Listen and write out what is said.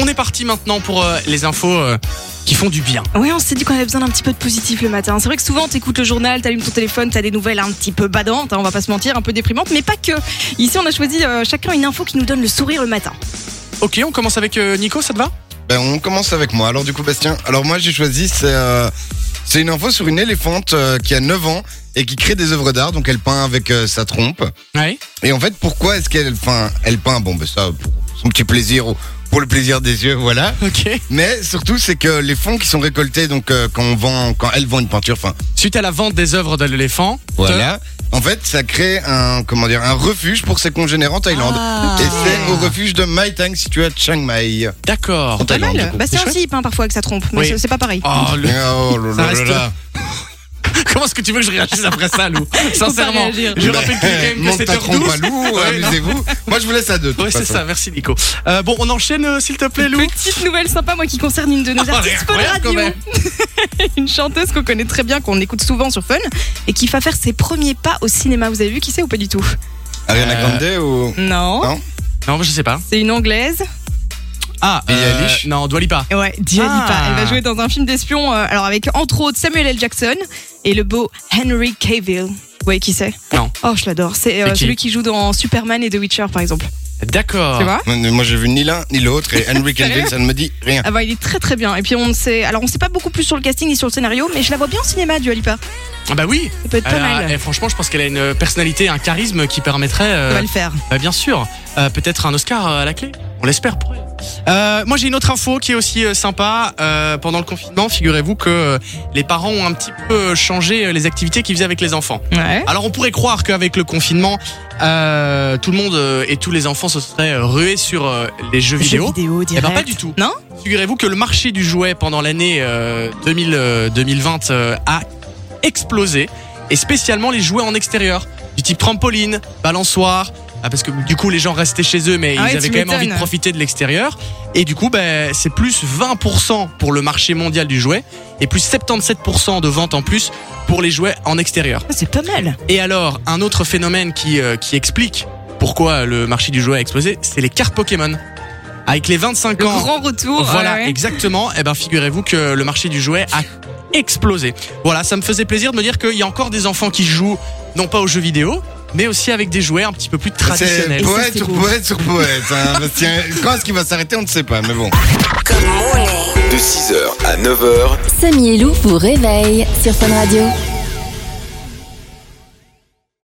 On est parti maintenant pour euh, les infos euh, qui font du bien. Oui, on s'est dit qu'on avait besoin d'un petit peu de positif le matin. C'est vrai que souvent, t'écoutes le journal, t'allumes ton téléphone, t'as des nouvelles un petit peu badantes, hein, on va pas se mentir, un peu déprimantes, mais pas que. Ici, on a choisi euh, chacun une info qui nous donne le sourire le matin. Ok, on commence avec euh, Nico, ça te va Ben, on commence avec moi. Alors, du coup, Bastien, alors moi, j'ai choisi, c'est euh, c'est une info sur une éléphante euh, qui a 9 ans et qui crée des œuvres d'art. Donc, elle peint avec euh, sa trompe. Ouais. Et en fait, pourquoi est-ce qu'elle enfin, elle peint Bon, ben, ça, pour son petit plaisir ou pour le plaisir des yeux, voilà. Ok. Mais surtout, c'est que les fonds qui sont récoltés, donc, euh, quand, on vend, quand elle vend une peinture, enfin, Suite à la vente des œuvres de l'éléphant, Euh, Hein voilà. En fait, ça crée un, comment dire, un refuge pour ses congénères en Thaïlande. Ah. Et c'est au refuge de Mai Tang situé à Chiang Mai. te- d'accord. En Pas Thaïlande, du mal. Bah, coup. Bastien C'est aussi, il peint hein, parfois avec sa trompe, mais Oui. c'est- c'est pas pareil. Oh, le- Oh là Ça là reste- là là. Comment est-ce que tu veux que je réagisse après ça, Lou Sincèrement, réagir. je rappelle qu'il est quand même Monte que ta trompe à 7h12. Lou, Ouais, non. amusez-vous. Moi, je vous laisse à deux. de Ouais, toute c'est façon. ça, merci Nico. Euh, bon, on enchaîne, euh, s'il te plaît, Lou Petite nouvelle sympa, moi qui concerne une de nos Ah, artistes Paul incroyable, Radio. une chanteuse qu'on connaît très bien, qu'on écoute souvent sur Fun, et qui va faire ses premiers pas au cinéma. Vous avez vu qui c'est ou pas du tout Ariana Euh, Grande ou. Non. Non. Non, je sais pas. C'est une anglaise. Ah, Billie euh, Eilish non, Dua Lipa. Ouais, Dua Lipa. Ah. Elle va jouer dans un film d'espion, euh, alors avec entre autres Samuel L. Jackson et le beau Henry Cavill. Ouais, qui c'est Non. Oh, je l'adore. C'est euh, C'est qui celui qui joue dans Superman et The Witcher, par exemple. D'accord. Tu vois Moi, Moi, j'ai vu ni l'un ni l'autre et Henry Cavill, ça ne me dit rien. ah bah, il est très très bien. Et puis on sait, alors on sait pas beaucoup plus sur le casting ni sur le scénario, mais je la vois bien au cinéma, Dua Lipa. Ah bah oui. Ça peut être pas Alors, mal. eh, franchement, je pense qu'elle a une personnalité, un charisme qui permettrait. euh, On va le faire. Bah, bien sûr, Euh, peut-être un Oscar euh, à la clé, on l'espère pour elle. Euh, moi j'ai une autre info qui est aussi euh, sympa. Euh, pendant le confinement, figurez-vous que euh, les parents ont un petit peu euh, changé euh, les activités qu'ils faisaient avec les enfants. Ouais. Alors on pourrait croire qu'avec le confinement, euh, tout le monde euh, et tous les enfants se seraient euh, rués sur euh, les jeux vidéo. Eh ben, pas du tout. Non Figurez-vous que le marché du jouet pendant l'année euh, 2000, euh, 2020 euh, a explosé, et spécialement les jouets en extérieur, du type trampoline, balançoire, ah, parce que du coup les gens restaient chez eux, mais Ah ouais, ils tu avaient quand même envie de m'étonnes. profiter de l'extérieur. Et du coup, ben, c'est plus 20% pour le marché mondial du jouet, et plus 77% de ventes en plus pour les jouets en extérieur. Ah, C'est pas mal. Et alors, un autre phénomène qui, euh, qui explique pourquoi le marché du jouet a explosé, c'est les cartes Pokémon. Avec les 25 Le ans. grand retour. Voilà, ah ouais. exactement. Eh ben, figurez-vous que le marché du jouet a explosé. Voilà, ça me faisait plaisir de me dire qu'il y a encore des enfants qui jouent, non pas aux jeux vidéo, mais aussi avec des jouets un petit peu plus C'est traditionnels. poète sur poète sur poète. hein, parce que, tiens, Quand est-ce qu'il va s'arrêter, on ne sait pas, mais bon. De 6h à 9h, Samy et Lou vous réveille sur Fun Radio.